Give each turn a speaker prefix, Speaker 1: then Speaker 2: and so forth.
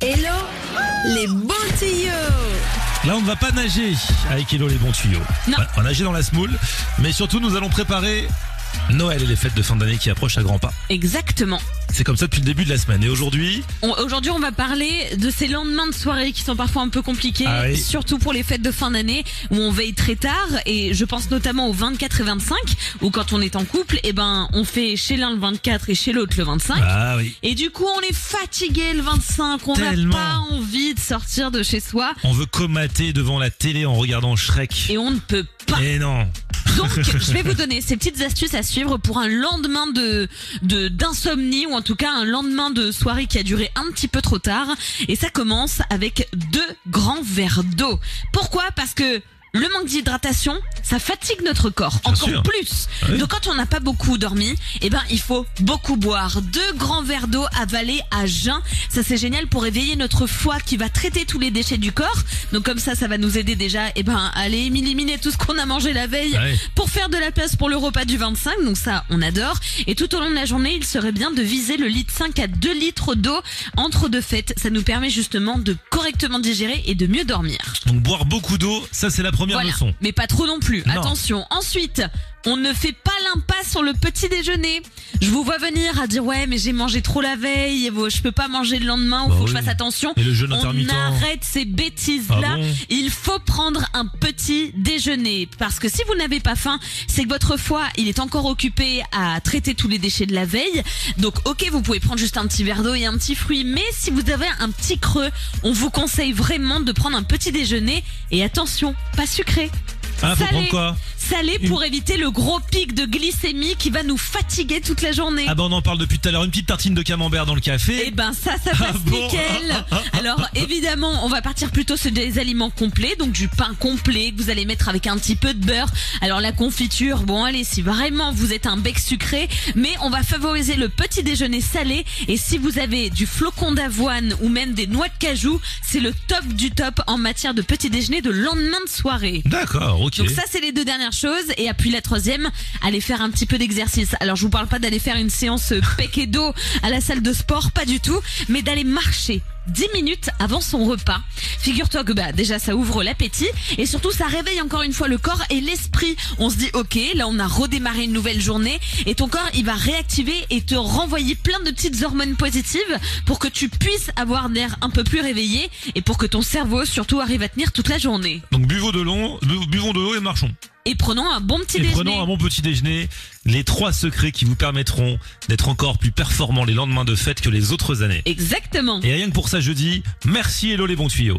Speaker 1: Hello les bons tuyaux
Speaker 2: Là, on ne va pas nager avec Hello les bons tuyaux.
Speaker 1: Non.
Speaker 2: On va nager dans la smoule, mais surtout, nous allons préparer Noël et les fêtes de fin d'année qui approchent à grands pas.
Speaker 1: Exactement.
Speaker 2: C'est comme ça depuis le début de la semaine. Et aujourd'hui,
Speaker 1: On- Aujourd'hui, on va parler de ces lendemains de soirée qui sont parfois un peu compliqués,
Speaker 2: Ah oui.
Speaker 1: surtout pour les fêtes de fin d'année où on veille très tard. Et je pense notamment aux 24 et 25, où quand on est en couple, eh ben, on fait chez l'un le 24 et chez l'autre le 25.
Speaker 2: ah oui,
Speaker 1: Et du coup, on est fatigué le 25, on n'a
Speaker 2: Tellement.
Speaker 1: pas envie de sortir de chez soi
Speaker 2: on veut comater devant la télé en regardant Shrek.
Speaker 1: et on ne peut pas.
Speaker 2: Et non.
Speaker 1: Donc, je vais vous donner ces petites astuces à suivre pour un lendemain de de- d'insomnie ou en tout cas un lendemain de soirée qui a duré un petit peu trop tard. Et ça commence avec deux grands verres d'eau. Pourquoi Parce que le manque d'hydratation, ça fatigue notre corps
Speaker 2: Bien
Speaker 1: encore
Speaker 2: sûr.
Speaker 1: plus.
Speaker 2: Ah oui.
Speaker 1: Donc quand on n'a pas beaucoup dormi, eh ben il faut beaucoup boire, deux grands verres d'eau avalés à jeun. Ça c'est génial pour éveiller notre foie qui va traiter tous les déchets du corps. Donc comme ça, ça va nous aider déjà, eh ben à aller éliminer tout ce qu'on a mangé la veille
Speaker 2: Ah oui.
Speaker 1: pour faire de la place pour le repas du 25, donc ça on adore. Et tout au long de la journée, il serait bien de viser le litre 5 à 2 litres d'eau entre deux fêtes. Ça nous permet justement de correctement digérer et de mieux dormir.
Speaker 2: Donc boire beaucoup d'eau, ça c'est la première
Speaker 1: Voilà,
Speaker 2: leçon.
Speaker 1: mais pas trop non plus.
Speaker 2: Non.
Speaker 1: Attention. Ensuite, on ne fait pas l'impasse sur le petit déjeuner. Je vous vois venir à dire ouais, mais j'ai mangé trop la veille, et vous- je peux pas manger le lendemain, il
Speaker 2: Bah
Speaker 1: faut que
Speaker 2: oui.
Speaker 1: je fasse attention.
Speaker 2: Et le jeûne intermittent.
Speaker 1: On arrête ces bêtises
Speaker 2: Ah
Speaker 1: là.
Speaker 2: bon
Speaker 1: Il faut prendre un petit déjeuner parce que si vous n'avez pas faim, c'est que votre foie, il est encore occupé à traiter tous les déchets de la veille. Donc OK, vous pouvez prendre juste un petit verre d'eau et un petit fruit, mais si vous avez un petit creux, on vous conseille vraiment de prendre un petit déjeuner et attention, pas sucré.
Speaker 2: Ah, faut
Speaker 1: salé.
Speaker 2: prendre quoi
Speaker 1: Salé
Speaker 2: Une-
Speaker 1: pour éviter le gros pic de glycémie qui va nous fatiguer toute la journée.
Speaker 2: Ah bah on en parle depuis tout à l'heure, une petite tartine de camembert dans le
Speaker 1: Eh
Speaker 2: café.
Speaker 1: ben ça, ça passe
Speaker 2: Ah bon
Speaker 1: nickel. Alors évidemment, on va partir plutôt sur des aliments complets, donc du pain complet que vous allez mettre avec un petit peu de beurre. Alors la confiture, bon allez, si vraiment vous êtes un bec sucré, mais on va favoriser le petit déjeuner salé. Et si vous avez du flocon d'avoine ou même des noix de cajou, c'est le top du top en matière de petit déjeuner de lendemain de soirée.
Speaker 2: D'accord, ok.
Speaker 1: Donc ça, c'est les deux dernières choses. Et puis la troisième, aller faire un petit peu d'exercice. Alors je vous parle pas d'aller faire une séance euh, pec et dos à la salle de sport, pas du tout, mais d'aller marcher. 10 minutes avant son repas. Figure-toi que bah déjà ça ouvre l'appétit et surtout ça réveille encore une fois le corps et l'esprit. On se dit ok là on a redémarré une nouvelle journée et ton corps il va réactiver et te renvoyer plein de petites hormones positives pour que tu puisses avoir l'air un peu plus réveillé et pour que ton cerveau surtout arrive à tenir toute la journée.
Speaker 2: Donc buvons de l'eau, buvons de l'eau et marchons.
Speaker 1: Et prenons un bon petit
Speaker 2: et
Speaker 1: déjeuner.
Speaker 2: prenons un bon petit déjeuner. Les trois secrets qui vous permettront d'être encore plus performants les lendemains de fête que les autres années.
Speaker 1: Exactement.
Speaker 2: Et rien que pour ça, je dis merci Hello les bons tuyaux.